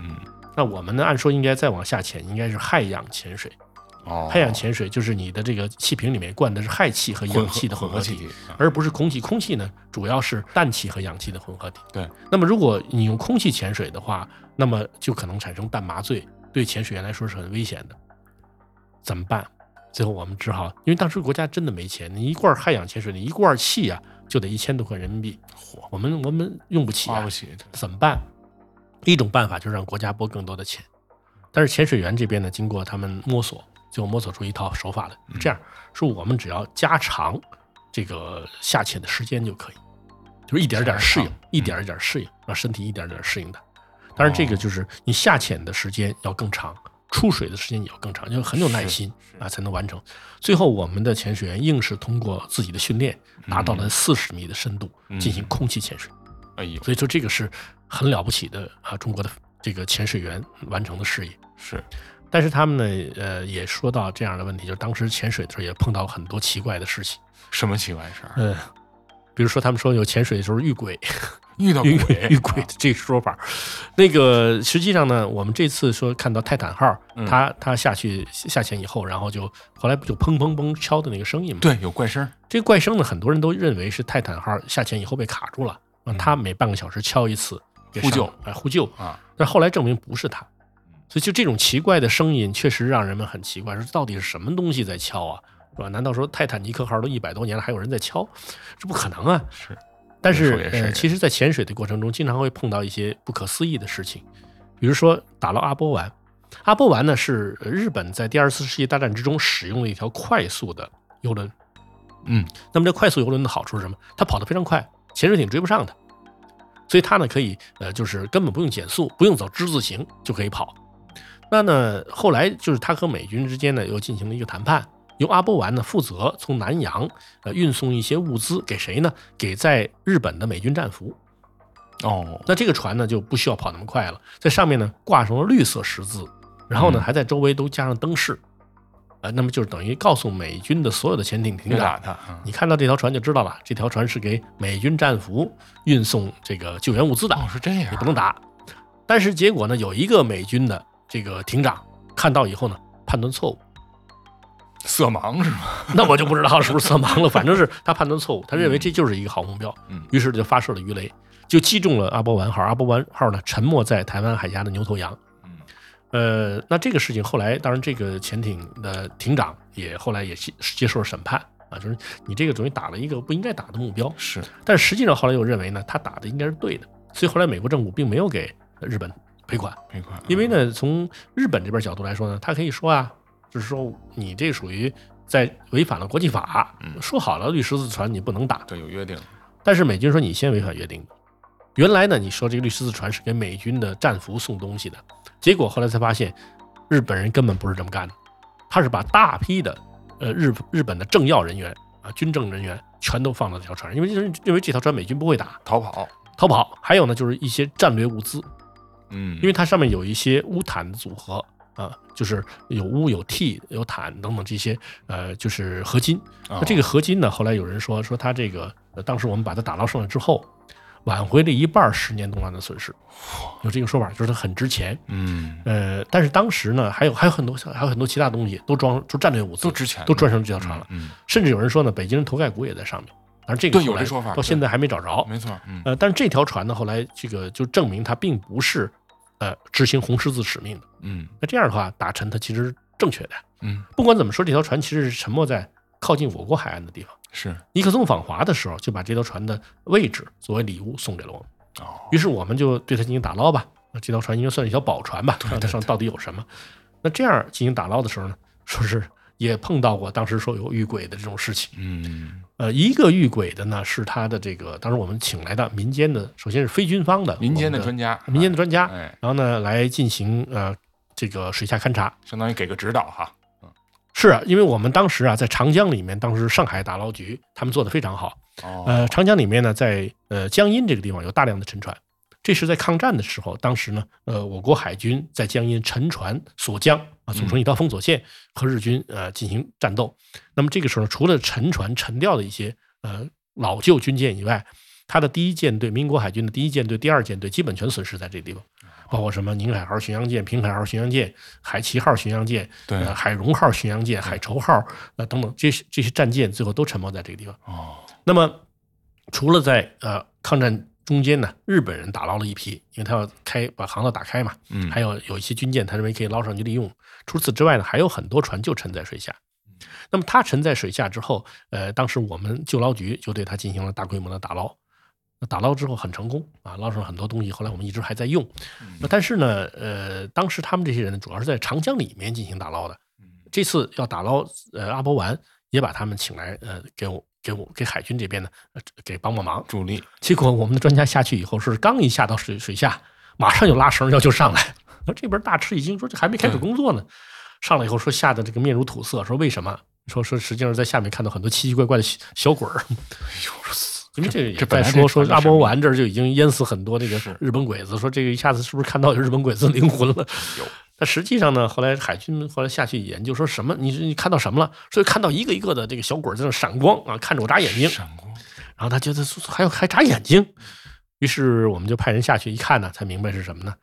[SPEAKER 2] 嗯，
[SPEAKER 3] 那我们呢，按说应该再往下潜，应该是氦氧潜水。
[SPEAKER 2] 哦，
[SPEAKER 3] 氦氧潜水就是你的这个气瓶里面灌的是氦气和氧
[SPEAKER 2] 混
[SPEAKER 3] 气的
[SPEAKER 2] 混
[SPEAKER 3] 混
[SPEAKER 2] 合
[SPEAKER 3] 合
[SPEAKER 2] 气
[SPEAKER 3] 体。
[SPEAKER 2] 体，啊
[SPEAKER 3] 而不是空气。空气呢，主要是氮气和氧气的混合体。
[SPEAKER 2] 对，
[SPEAKER 3] 那么如果你用空气潜水的话，那么就可能产生氮麻醉，对潜水员来说是很危险的。怎么办？最后我们只好，因为当时国家真的没钱，你一罐氦氧潜水，你一罐气啊，就得一千多块人民币，我们我们用不起
[SPEAKER 2] 花
[SPEAKER 3] 啊
[SPEAKER 2] 不，起，对
[SPEAKER 3] 怎么办？一种办法就是让国家拨更多的钱，但是潜水员这边呢，经过他们摸索，就摸索出一套手法来。这样说，我们只要加长这个下潜的时间就可以，就是一啊嗯点儿一点儿适应
[SPEAKER 2] 加长，
[SPEAKER 3] 一点儿一点儿适应，让身体一点儿一点儿适应它。当然，这个就是你下潜的时间要更长，出水的时间也要更长，要很有耐心啊才能完成。最后，我们的潜水员硬是通过自己的训练，达到了四十米的深度
[SPEAKER 2] 嗯
[SPEAKER 3] 进行空气潜水。
[SPEAKER 2] 哎呦，
[SPEAKER 3] 所以说这个是很了不起的啊，中国的这个潜水员完成的事业。
[SPEAKER 2] 是，
[SPEAKER 3] 但是他们呢，呃，也说到这样的问题，就是当时潜水的时候也碰到很多奇怪的事情，
[SPEAKER 2] 什么奇怪事儿？
[SPEAKER 3] 嗯、比如说他们说有潜水的时候遇鬼，
[SPEAKER 2] 遇到
[SPEAKER 3] [LAUGHS] 遇
[SPEAKER 2] 鬼，
[SPEAKER 3] 遇鬼的这个说法儿。那个实际上呢，我们这次说看到泰坦号
[SPEAKER 2] 嗯，
[SPEAKER 3] 它它下去下潜以后，然后就后来不就砰砰砰敲的那个声音嘛，
[SPEAKER 2] [LAUGHS] 对，有怪声儿，
[SPEAKER 3] 这个怪声呢，很多人都认为是泰坦号下潜以后被卡住了，让它每半个小时敲一次，给
[SPEAKER 2] 嗯呼救
[SPEAKER 3] 上哎呼救
[SPEAKER 2] 啊。
[SPEAKER 3] 但后来证明不是它，所以就这种奇怪的声音，确实让人们很奇怪，说到底是什么东西在敲啊，是吧？难道说泰坦尼克号都一百多年了，还有人在敲？这不可能啊！
[SPEAKER 2] 是，
[SPEAKER 3] 但
[SPEAKER 2] 也说
[SPEAKER 3] 是
[SPEAKER 2] 也是
[SPEAKER 3] 呃，其实，在潜水的过程中，经常会碰到一些不可思议的事情，比如说打捞阿波丸。阿波丸呢是呃日本在第二次世界大战之中使用的一条快速的游轮。
[SPEAKER 2] 嗯，
[SPEAKER 3] 那么这快速游轮的好处是什么？它跑得非常快，潜水艇追不上它，所以它呢可以呃就是根本不用减速，不用走之字形就可以跑。那呢后来就是它和美军之间呢又进行了一个谈判，由阿波丸呢负责从南洋呃运送一些物资给谁呢？给在日本的美军战俘。
[SPEAKER 2] 哦，
[SPEAKER 3] 那这个船呢就不需要跑那么快了，在上面呢挂上了绿色十字，然后呢
[SPEAKER 2] 嗯
[SPEAKER 3] 还在周围都加上灯饰，呃，那么就是等于告诉美军的所有的潜艇艇
[SPEAKER 2] 别打
[SPEAKER 3] 长，
[SPEAKER 2] 他，啊
[SPEAKER 3] 你看到这条船就知道了，这条船是给美军战俘运送这个救援物资的，
[SPEAKER 2] 哦，是这样，
[SPEAKER 3] 你不能打。但是结果呢，有一个美军的这个艇长看到以后呢，判断错误，
[SPEAKER 2] 色盲是吗？
[SPEAKER 3] 那我就不知道是不是色盲了，反正是他判断错误，他认为这就是一个好目标，
[SPEAKER 2] 嗯
[SPEAKER 3] 于是就发射了鱼雷，就击中了阿波丸号。阿波丸号呢沉没在台湾海峡的牛头洋。
[SPEAKER 2] 嗯
[SPEAKER 3] 呃，那这个事情后来，当然这个潜艇的艇长也后来也接接受了审判啊，就是你这个等于打了一个不应该打的目标，
[SPEAKER 2] 是，
[SPEAKER 3] 但实际上后来又认为呢，他打的应该是对的，所以后来美国政府并没有给日本赔款。
[SPEAKER 2] 没啊款，
[SPEAKER 3] 因为呢，从日本这边角度来说呢，他可以说啊，就是说你这属于在违反了国际法，
[SPEAKER 2] 嗯
[SPEAKER 3] 说好了律师字船你不能打，
[SPEAKER 2] 对有约定，
[SPEAKER 3] 但是美军说你先违反约定的。原来呢，你说这个律师字船是给美军的战俘送东西的，结果后来才发现，日本人根本不是这么干的，他是把大批的呃日日本的政要人员啊军政人员全都放到这条船上，因为就是认为这条船美军不会打，
[SPEAKER 2] 逃跑，
[SPEAKER 3] 逃跑。还有呢，就是一些战略物资，
[SPEAKER 2] 嗯，
[SPEAKER 3] 因为它上面有一些乌坦的组合啊，就是有钨、有 T、有坦等等这些，呃，就是合金。
[SPEAKER 2] 啊
[SPEAKER 3] 那这个合金呢，后来有人说说它这个，呃当时我们把它打捞上来之后，挽回了一半儿十年动乱的损失，有这个说法，就是它很值钱。
[SPEAKER 2] 嗯
[SPEAKER 3] 呃，但是当时呢，还有还有很多还有很多其他东西都装都战略武器，
[SPEAKER 2] 都值钱的
[SPEAKER 3] 都转上这条船了。
[SPEAKER 2] 嗯，
[SPEAKER 3] 甚至有人说呢，北京人头盖骨也在上面，但是这个
[SPEAKER 2] 对有
[SPEAKER 3] 后
[SPEAKER 2] 这
[SPEAKER 3] 来
[SPEAKER 2] 说法
[SPEAKER 3] 到
[SPEAKER 2] 对
[SPEAKER 3] 现在还没找着
[SPEAKER 2] 嗯。没错，嗯
[SPEAKER 3] 呃，但是这条船呢，后来这个就证明它并不是呃执行红十字使命的。
[SPEAKER 2] 嗯
[SPEAKER 3] 那这样的话，打沉它其实是正确的。
[SPEAKER 2] 嗯
[SPEAKER 3] 不管怎么说，这条船其实是沉没在靠近我国海岸的地方。
[SPEAKER 2] 是
[SPEAKER 3] 尼克松访华的时候，就把这条船的位置作为礼物送给了我们，
[SPEAKER 2] 哦，
[SPEAKER 3] 于是我们就对它进行打捞吧。那这条船应该算是一条宝船吧，看它上到底有什么。那这样进行打捞的时候呢，说是也碰到过当时说有遇鬼的这种事情。
[SPEAKER 2] 嗯，
[SPEAKER 3] 呃，一个遇鬼的呢是他的这个，当时我们请来的民间的，首先是非军方的
[SPEAKER 2] 民间
[SPEAKER 3] 我们
[SPEAKER 2] 的
[SPEAKER 3] 的
[SPEAKER 2] 专家，
[SPEAKER 3] 民间的专家，
[SPEAKER 2] 哎，
[SPEAKER 3] 然后呢来进行呃这个水下勘察。
[SPEAKER 2] 相当于给个指导哈，
[SPEAKER 3] 是啊因为我们当时啊在长江里面，当时上海打捞局他们做的非常好。
[SPEAKER 2] 哦，
[SPEAKER 3] 呃，长江里面呢，在呃江阴这个地方有大量的沉船，这是在抗战的时候，当时呢，呃，我国海军在江阴沉船锁江啊，组成一道封锁线和日军呃进行战斗。那么这个时候呢，除了沉船沉掉的一些呃老旧军舰以外，它的第一舰队，民国海军的第一舰队、第二舰队基本全损失在这个地方，包括什么宁海号巡洋舰、平海号巡洋舰、海旗号巡洋舰、
[SPEAKER 2] 对
[SPEAKER 3] 呃海荣号巡洋舰、海筹号呃等等这些这些战舰，最后都沉没在这个地方。
[SPEAKER 2] 哦，
[SPEAKER 3] 那么，除了在呃抗战中间呢，日本人打捞了一批，因为他要开把航道打开嘛，
[SPEAKER 2] 嗯，
[SPEAKER 3] 还有有一些军舰，他认为可以捞上去利用。除此之外呢，还有很多船就沉在水下。那么它沉在水下之后，呃，当时我们救捞局就对它进行了大规模的打捞。那打捞之后很成功啊，捞上了很多东西。后来我们一直还在用。那但是呢，呃，当时他们这些人呢，主要是在长江里面进行打捞的。这次要打捞呃阿波丸，也把他们请来呃给我给我给海军这边呢呃给帮帮忙。
[SPEAKER 2] 助力，
[SPEAKER 3] 结果我们的专家下去以后，是刚一下到水水下，马上就拉绳要求上来。然后这边大吃一惊，说这还没开始工作呢。上来以后说吓得这个面如土色，说为什么？说说实际上在下面看到很多奇奇怪怪的小小鬼儿。因为这个也
[SPEAKER 2] 这本
[SPEAKER 3] 在
[SPEAKER 2] 来
[SPEAKER 3] 说
[SPEAKER 2] 这
[SPEAKER 3] 说
[SPEAKER 2] 传的
[SPEAKER 3] 阿
[SPEAKER 2] 神
[SPEAKER 3] 波
[SPEAKER 2] 秘
[SPEAKER 3] 丸这儿就已经淹死很多那个
[SPEAKER 2] 是
[SPEAKER 3] 日本鬼子，说这个一下子是不是看到有日本鬼子的灵魂了？
[SPEAKER 2] 有。
[SPEAKER 3] 但实际上呢，后来海军后来下去研究，说什么？你你看到什么了？说看到一个一个的这个小鬼儿在那闪光啊，看着我眨眼睛。
[SPEAKER 2] 闪光，
[SPEAKER 3] 然后他觉得还有还眨眼睛，于是我们就派人下去一看呢，才明白是什么呢？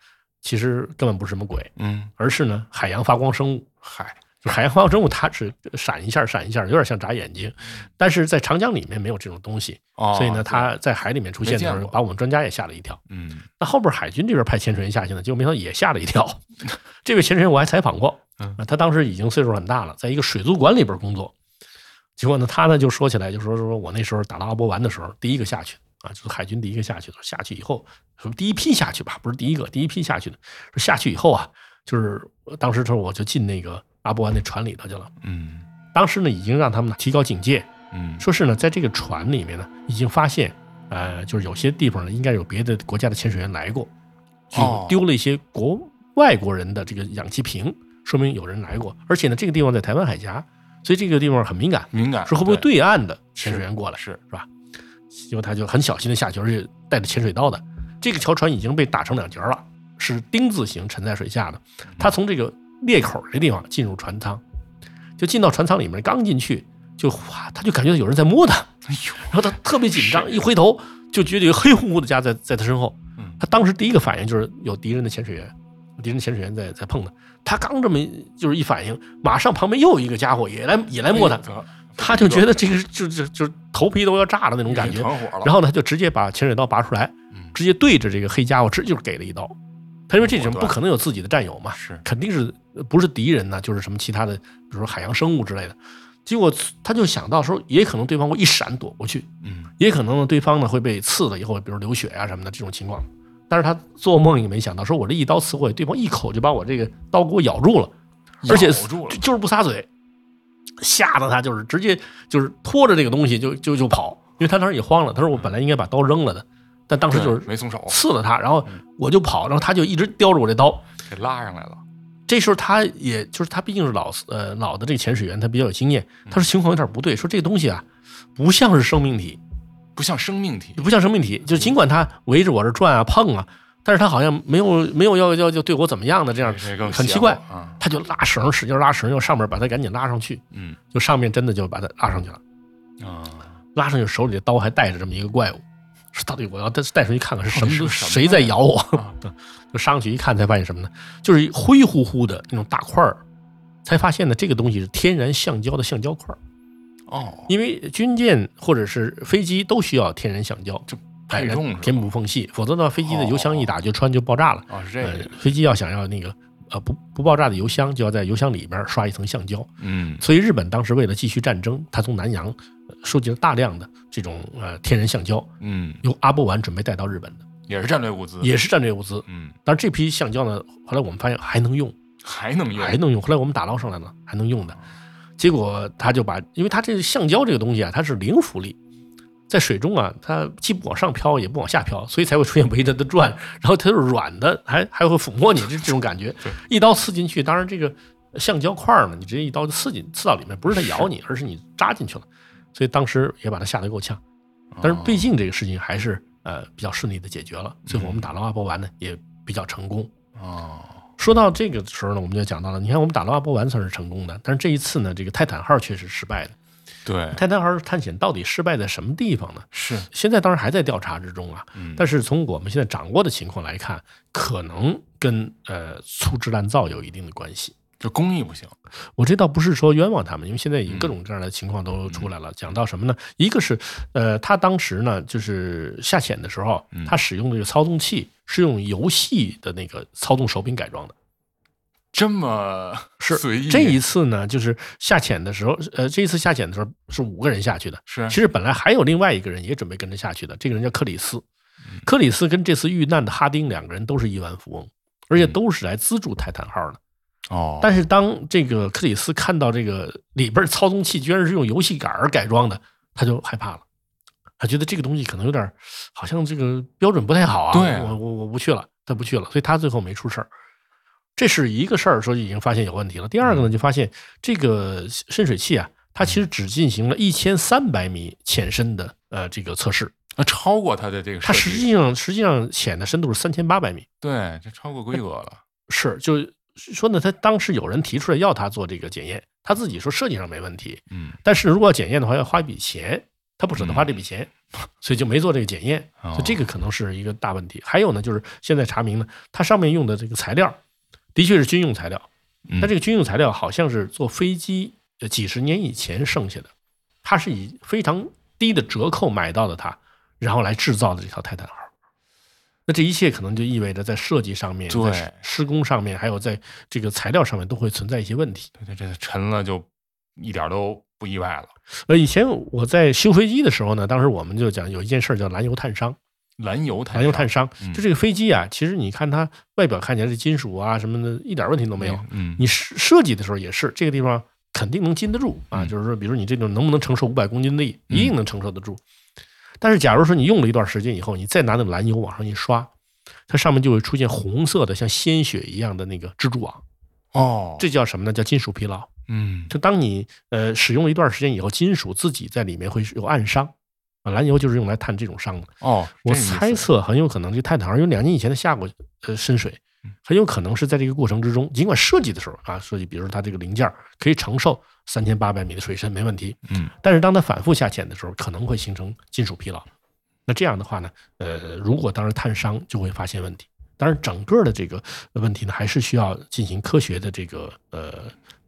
[SPEAKER 3] 其实根本不是什么鬼，
[SPEAKER 2] 嗯，
[SPEAKER 3] 而是呢海洋发光生物。
[SPEAKER 2] 嗨，
[SPEAKER 3] 就海洋发光生物，它只闪一下闪一下，有点像眨眼睛，但是在长江里面没有这种东西，
[SPEAKER 2] 哦，
[SPEAKER 3] 所以呢，它在海里面出现的时
[SPEAKER 2] 没
[SPEAKER 3] 候，
[SPEAKER 2] 见过
[SPEAKER 3] 把我们专家也吓了一跳。
[SPEAKER 2] 嗯
[SPEAKER 3] 那后边海军这边派潜水员下去呢，结果没想到也吓了一跳。 [LAUGHS] 这位潜水员我还采访过，
[SPEAKER 2] 嗯
[SPEAKER 3] 啊，他当时已经岁数很大了，在一个水族馆里边工作。结果呢，他呢就说起来，就说说我那时候打到阿波丸的时候，第一个下去啊，就是海军第一个下去的，下去以后，说第一批下去吧，不是第一个，第一批下去的，说下去以后啊，就是呃当时时候我就进那个阿波丸那船里头去了。
[SPEAKER 2] 嗯
[SPEAKER 3] 当时呢，已经让他们呢提高警戒，
[SPEAKER 2] 嗯，
[SPEAKER 3] 说是呢，在这个船里面呢，已经发现，呃，就是有些地方呢，应该有别的国家的潜水员来过，
[SPEAKER 2] 哦
[SPEAKER 3] 就丢了一些国外国人的这个氧气瓶，说明有人来过。而且呢，这个地方在台湾海峡，所以这个地方很敏感，
[SPEAKER 2] 敏感，
[SPEAKER 3] 说会不会
[SPEAKER 2] 啊对
[SPEAKER 3] 对岸的潜水员过来，
[SPEAKER 2] 是
[SPEAKER 3] 是吧？结果他就很小心的下去，而且带着潜水刀的。这个条船已经被打成两截了，是丁字形沉在水下的。
[SPEAKER 2] 嗯
[SPEAKER 3] 他从这个裂口这地方进入船舱，就进到船舱里面，刚进去就哗，他就感觉有人在摸他，
[SPEAKER 2] 哎呦，
[SPEAKER 3] 然后他特别紧张，一回头就觉得有个黑乎乎的家在在他身后
[SPEAKER 2] 嗯。
[SPEAKER 3] 他当时第一个反应就是有敌人的潜水员，敌人潜水员在在碰他。他刚这么就是一反应，马上旁边又有一个家伙也来也来摸他，
[SPEAKER 2] 得
[SPEAKER 3] 他就
[SPEAKER 2] 哎
[SPEAKER 3] 觉得这个是就就就头皮都要炸了那种感觉，
[SPEAKER 2] 团伙了，
[SPEAKER 3] 然后呢，他就直接把潜水刀拔出来
[SPEAKER 2] 嗯，
[SPEAKER 3] 直接对着这个黑家伙，直就是给了一刀。他因为这人
[SPEAKER 2] 果断
[SPEAKER 3] 不可能有自己的战友嘛，
[SPEAKER 2] 是
[SPEAKER 3] 肯定是呃不是敌人呢、就是什么其他的，比如说海洋生物之类的。结果他就想到说，也可能对方会一闪躲过去，
[SPEAKER 2] 嗯，
[SPEAKER 3] 也可能呢对方呢会被刺了以后，比如流血啊什么的这种情况。但是他做梦也没想到，说我这一刀刺过去，对方一口就把我这个刀给我咬住了，而且
[SPEAKER 2] 咬
[SPEAKER 3] 就
[SPEAKER 2] 住了，
[SPEAKER 3] 就是不撒嘴，吓得他就是直接就是拖着这个东西就就就跑，因为他当时也慌了，他说我本来应该把刀扔了的，但当时就
[SPEAKER 2] 对
[SPEAKER 3] 是
[SPEAKER 2] 没松手，
[SPEAKER 3] 刺了他，然后我就跑，然后他就一直叼着我这刀。
[SPEAKER 2] 给拉上来了，
[SPEAKER 3] 这时候他也就是他毕竟是老呃老的这个潜水员，他比较有经验，他说情况有点不对，说这个东西啊不像是生命体，
[SPEAKER 2] 不像生命体，
[SPEAKER 3] 不像生命体，就尽管它围着我这转啊碰啊，但是它好像没有没有要要要对我怎么样的这样
[SPEAKER 2] 这更，
[SPEAKER 3] 很
[SPEAKER 2] 邪
[SPEAKER 3] 奇怪
[SPEAKER 2] 乎啊，
[SPEAKER 3] 他就拉绳，使劲拉绳，要上面把它赶紧拉上去，
[SPEAKER 2] 嗯
[SPEAKER 3] 就上面真的就把它拉上去了，
[SPEAKER 2] 啊，
[SPEAKER 3] 拉上去手里的刀还带着这么一个怪物，说到底我要带带上去看看是什么
[SPEAKER 2] 到哦底是什么呀
[SPEAKER 3] 谁在咬我 [LAUGHS]
[SPEAKER 2] 啊，
[SPEAKER 3] 就上去一看才发现什么呢？就是灰乎乎的那种大块儿，才发现呢这个东西是天然橡胶的橡胶块儿，
[SPEAKER 2] 哦，
[SPEAKER 3] 因为军舰或者是飞机都需要天然橡胶。
[SPEAKER 2] 就
[SPEAKER 3] 哎
[SPEAKER 2] 配重是
[SPEAKER 3] 填
[SPEAKER 2] 吧？
[SPEAKER 3] 补缝隙，否则呢，飞机的油箱一打就穿就爆炸了。
[SPEAKER 2] 哦，是这
[SPEAKER 3] 呃
[SPEAKER 2] 个，，
[SPEAKER 3] 飞机要想要那个呃不不爆炸的油箱，就要在油箱里边刷一层橡胶。
[SPEAKER 2] 嗯
[SPEAKER 3] 所以日本当时为了继续战争，他从南洋呃收集了大量的这种呃天然橡胶，
[SPEAKER 2] 嗯，
[SPEAKER 3] 由阿波丸准备带到日本的，
[SPEAKER 2] 也是战略物资，
[SPEAKER 3] 也是战略物资。
[SPEAKER 2] 嗯，
[SPEAKER 3] 但是这批橡胶呢，后来我们发现还能用，
[SPEAKER 2] 还能用，
[SPEAKER 3] 还能用。后来我们打捞上来了，还能用的。结果他就把，因为它这个橡胶这个东西啊，它是零浮力，在水中啊，它既不往上飘，也不往下飘，所以才会出现围着它转，然后它就是软的，还还会抚摸你这这种感觉
[SPEAKER 2] 对。
[SPEAKER 3] 一刀刺进去，当然这个橡胶块儿呢，你直接一刀就刺进刺到里面，不是它咬你，而是你扎进去了。所以当时也把他吓得够呛，但是
[SPEAKER 2] 哦
[SPEAKER 3] 毕竟这个事情还是呃比较顺利的解决了。最后
[SPEAKER 2] 嗯
[SPEAKER 3] 我们打捞阿波丸呢也比较成功，
[SPEAKER 2] 哦，
[SPEAKER 3] 说到这个时候呢，我们就讲到了，你看我们打捞阿波丸算是成功的，但是这一次呢，这个泰坦号却是失败的。
[SPEAKER 2] 对，
[SPEAKER 3] 泰坦号探险到底失败在什么地方呢？
[SPEAKER 2] 是，
[SPEAKER 3] 现在当然还在调查之中啊，
[SPEAKER 2] 嗯，
[SPEAKER 3] 但
[SPEAKER 2] 是
[SPEAKER 3] 是从我们现在掌握的情况来看，可能跟呃粗制滥造有一定的关系。
[SPEAKER 2] 这工艺不行，
[SPEAKER 3] 我这倒不是说冤枉他们，因为现在已经
[SPEAKER 2] 嗯
[SPEAKER 3] 各种各样的情况都出来了。讲到什么呢？一个是，呃，他当时呢，就是下潜的时候，
[SPEAKER 2] 嗯
[SPEAKER 3] 他使用的这个操纵器是用游戏的那个操纵手柄改装的。
[SPEAKER 2] 这么
[SPEAKER 3] 是
[SPEAKER 2] 随意，
[SPEAKER 3] 这一次呢，就是下潜的时候，呃，这一次下潜的时候是五个人下去的。
[SPEAKER 2] 是
[SPEAKER 3] 其实本来还有另外一个人也准备跟着下去的，这个人叫克里斯。
[SPEAKER 2] 嗯
[SPEAKER 3] 克里斯跟这次遇难的哈丁两个人都是亿万富翁，而且
[SPEAKER 2] 嗯
[SPEAKER 3] 都是来资助泰坦号的。
[SPEAKER 2] 哦，
[SPEAKER 3] 但是当这个克里斯看到这个里边操纵器居然是用游戏杆儿改装的，他就害怕了，他觉得这个东西可能有点儿好像这个标准不太好啊。
[SPEAKER 2] 对啊
[SPEAKER 3] 我我我不去了，他不去了，所以他最后没出事儿。这是一个事儿，说已经发现有问题了。第二个呢，就发现这个渗水器啊，它其实只进行了一千三百米潜深的呃这个测试，
[SPEAKER 2] 那超过它的这个
[SPEAKER 3] 它
[SPEAKER 2] 设
[SPEAKER 3] 实
[SPEAKER 2] 计
[SPEAKER 3] 际上实际上潜的深度是三千八百米。
[SPEAKER 2] 对，这超过规格了，
[SPEAKER 3] 是，就是说呢，他当时有人提出来要他做这个检验，他自己说设计上没问题，
[SPEAKER 2] 嗯，
[SPEAKER 3] 但是如果要检验的话要花一笔钱，他不舍得花这笔钱，所以就没做这个检验，
[SPEAKER 2] 哦
[SPEAKER 3] 嗯所以这个可能是一个大问题。还有呢，就是现在查明呢，它上面用的这个材料的确是军用材料，
[SPEAKER 2] 嗯
[SPEAKER 3] 但这个军用材料好像是做飞机呃几十年以前剩下的，它是以非常低的折扣买到的它，然后来制造的这条泰坦号。那这一切可能就意味着在设计上面、
[SPEAKER 2] 对
[SPEAKER 3] 在施工上面，还有在这个材料上面都会存在一些问题。
[SPEAKER 2] 对对对，沉了就一点儿都不意外了。
[SPEAKER 3] 呃，以前我在修飞机的时候呢，当时我们就讲有一件事儿叫燃油探伤，
[SPEAKER 2] 燃油碳，
[SPEAKER 3] 燃油探伤
[SPEAKER 2] 嗯
[SPEAKER 3] 就这个飞机啊，其实你看它外表看起来是金属啊什么的，一点问题都没有。，
[SPEAKER 2] 嗯，
[SPEAKER 3] 你设设计的时候也是这个地方肯定能禁得住啊，
[SPEAKER 2] 嗯
[SPEAKER 3] 就是说，比如你这种能不能承受五百公斤的力，
[SPEAKER 2] 嗯
[SPEAKER 3] 一定能承受得住。但是假如说你用了一段时间以后，你再拿那个蓝油往上一刷，它上面就会出现红色的像鲜血一样的那个蜘蛛网，
[SPEAKER 2] 哦，
[SPEAKER 3] 这叫什么呢？叫金属疲劳。
[SPEAKER 2] 嗯
[SPEAKER 3] 就当你呃使用了一段时间以后，金属自己在里面会有暗伤。啊，蓝油就是用来探这种伤的。
[SPEAKER 2] 哦，
[SPEAKER 3] 我
[SPEAKER 2] 这个意
[SPEAKER 3] 猜
[SPEAKER 2] 思
[SPEAKER 3] 测很有可能，这泰坦号因为两年以前它下过呃深水，
[SPEAKER 2] 嗯
[SPEAKER 3] 很有可能是在这个过程之中，尽管设计的时候啊，设计比如说它这个零件儿可以承受三千八百米的水深没问题，
[SPEAKER 2] 嗯，
[SPEAKER 3] 但是当它反复下潜的时候，可能会形成金属疲劳。那这样的话呢，呃，如果当时探伤就会发现问题，当然，整个的这个问题呢，还是需要进行科学的这个呃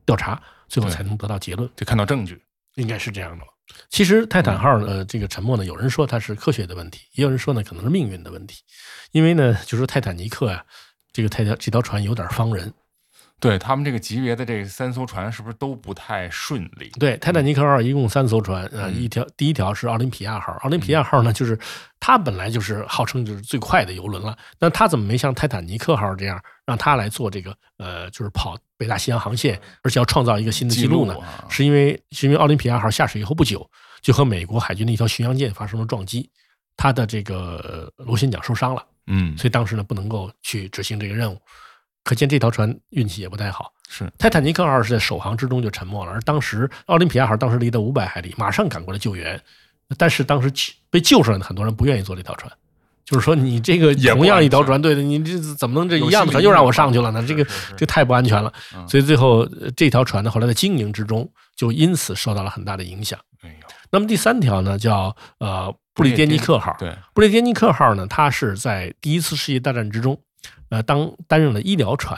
[SPEAKER 3] 调查，最后
[SPEAKER 2] 对
[SPEAKER 3] 才能得到结论，
[SPEAKER 2] 得看到证据。
[SPEAKER 3] 应该是这样的了。其实泰坦号呃这个沉没呢，有人说它是科学的问题，也有人说呢可能是命运的问题，因为呢就说泰坦尼克呀、啊这个泰条这条船有点方人，
[SPEAKER 2] 对他们这个级别的这三艘船是不是都不太顺利？
[SPEAKER 3] 对，泰坦尼克号一共三艘船，呃，一条第一条是奥林匹亚号，奥林匹亚号呢，就是它本来就是号称就是最快的游轮了，那它怎么没像泰坦尼克号这样让它来做这个呃，就是跑北大西洋航线，而且要创造一个新的记录呢？
[SPEAKER 2] 啊，
[SPEAKER 3] 是因为是因为奥林匹亚号下水以后不久，就和美国海军的一条巡洋舰发生了撞击，它的这个呃螺旋桨受伤了，
[SPEAKER 2] 嗯，
[SPEAKER 3] 所以当时呢不能够去执行这个任务，可见这条船运气也不太好。
[SPEAKER 2] 是
[SPEAKER 3] 泰坦尼克号是在首航之中就沉没了，而当时奥林匹亚号当时离得五百海里，马上赶过来救援，但是当时去被救上来的很多人不愿意坐这条船，就是说你这个
[SPEAKER 2] 也不
[SPEAKER 3] 同样
[SPEAKER 2] 安
[SPEAKER 3] 一条
[SPEAKER 2] 全
[SPEAKER 3] 船，对的，你这怎么能这
[SPEAKER 2] 有
[SPEAKER 3] 一样的
[SPEAKER 2] 心
[SPEAKER 3] 船
[SPEAKER 2] 理
[SPEAKER 3] 又
[SPEAKER 2] 阴
[SPEAKER 3] 让
[SPEAKER 2] 影吧
[SPEAKER 3] 我上去了呢？这个
[SPEAKER 2] 是是
[SPEAKER 3] 这太不安全了，
[SPEAKER 2] 嗯
[SPEAKER 3] 所以最后呃这条船呢，后来在经营之中就因此受到了很大的影响。
[SPEAKER 2] 哎呦，
[SPEAKER 3] 那么第三条呢，叫呃布列颠尼克号，
[SPEAKER 2] 对，
[SPEAKER 3] 布列颠尼克号呢，它是在第一次世界大战之中，呃，当担任了医疗船。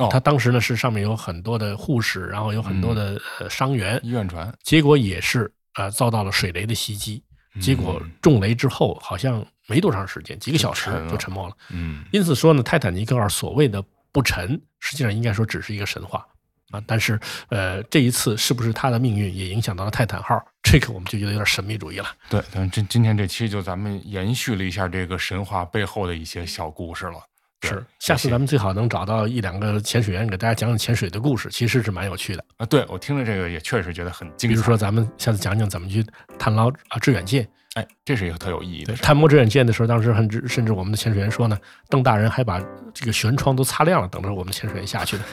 [SPEAKER 2] 哦，
[SPEAKER 3] 它当时呢是上面有很多的护士，然后有很多
[SPEAKER 2] 嗯
[SPEAKER 3] 的呃伤员，
[SPEAKER 2] 医院船，
[SPEAKER 3] 结果也是呃遭到了水雷的袭击，
[SPEAKER 2] 嗯
[SPEAKER 3] 结果中雷之后好像没多长时间，几个小时
[SPEAKER 2] 就沉了
[SPEAKER 3] 就沉没了。
[SPEAKER 2] 嗯，
[SPEAKER 3] 因此说呢，泰坦尼克号所谓的不沉，实际上应该说只是一个神话啊。但是呃，这一次是不是它的命运也影响到了泰坦号？这个我们就觉得有点神秘主义了。
[SPEAKER 2] 对，咱今今天这期就咱们延续了一下这个神话背后的一些小故事了。对
[SPEAKER 3] 是，下次咱们最好能找到一两个潜水员给大家讲讲潜水的故事，其实是蛮有趣的。
[SPEAKER 2] 啊，对我听了这个也确实觉得很精彩。
[SPEAKER 3] 比如说，咱们下次讲讲怎么去探捞啊致远舰，
[SPEAKER 2] 哎，这是一个特有意义的事儿。
[SPEAKER 3] 探摸致远舰的时候，当时很至甚至我们的潜水员说呢，邓大人还把这个舷窗都擦亮了，等着我们潜水员下去呢。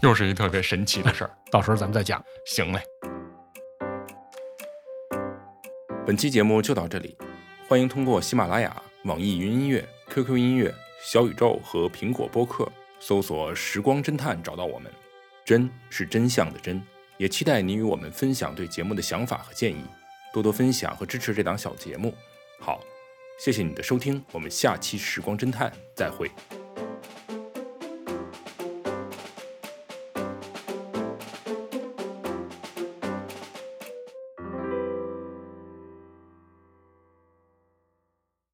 [SPEAKER 2] 又是一特别神奇的事儿。
[SPEAKER 3] 到时候咱们再讲。
[SPEAKER 2] 行嘞，
[SPEAKER 4] 本期节目就到这里，欢迎通过喜马拉雅、网易云音乐、QQ 音乐、小宇宙和苹果播客搜索“时光侦探”找到我们。真是真相的真，也期待你与我们分享对节目的想法和建议，多多分享和支持这档小节目。好，谢谢你的收听，我们下期《时光侦探》再会。